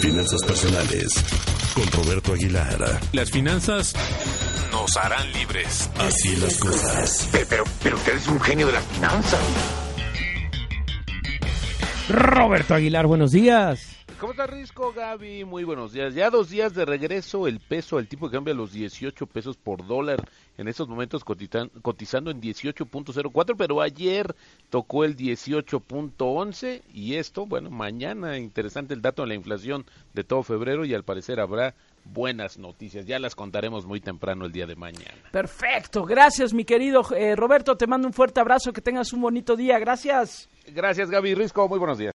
Finanzas personales con Roberto Aguilar. Las finanzas nos harán libres. Así las cosas. Pero, pero, pero usted es un genio de las finanzas. Roberto Aguilar, buenos días. ¿Cómo está Risco, Gaby? Muy buenos días. Ya dos días de regreso, el peso, el tipo de cambio a los 18 pesos por dólar. En estos momentos cotizan- cotizando en 18.04, pero ayer tocó el 18.11 y esto, bueno, mañana interesante el dato de la inflación de todo febrero y al parecer habrá buenas noticias. Ya las contaremos muy temprano el día de mañana. Perfecto, gracias mi querido eh, Roberto, te mando un fuerte abrazo, que tengas un bonito día, gracias. Gracias, Gaby Risco. Muy buenos días.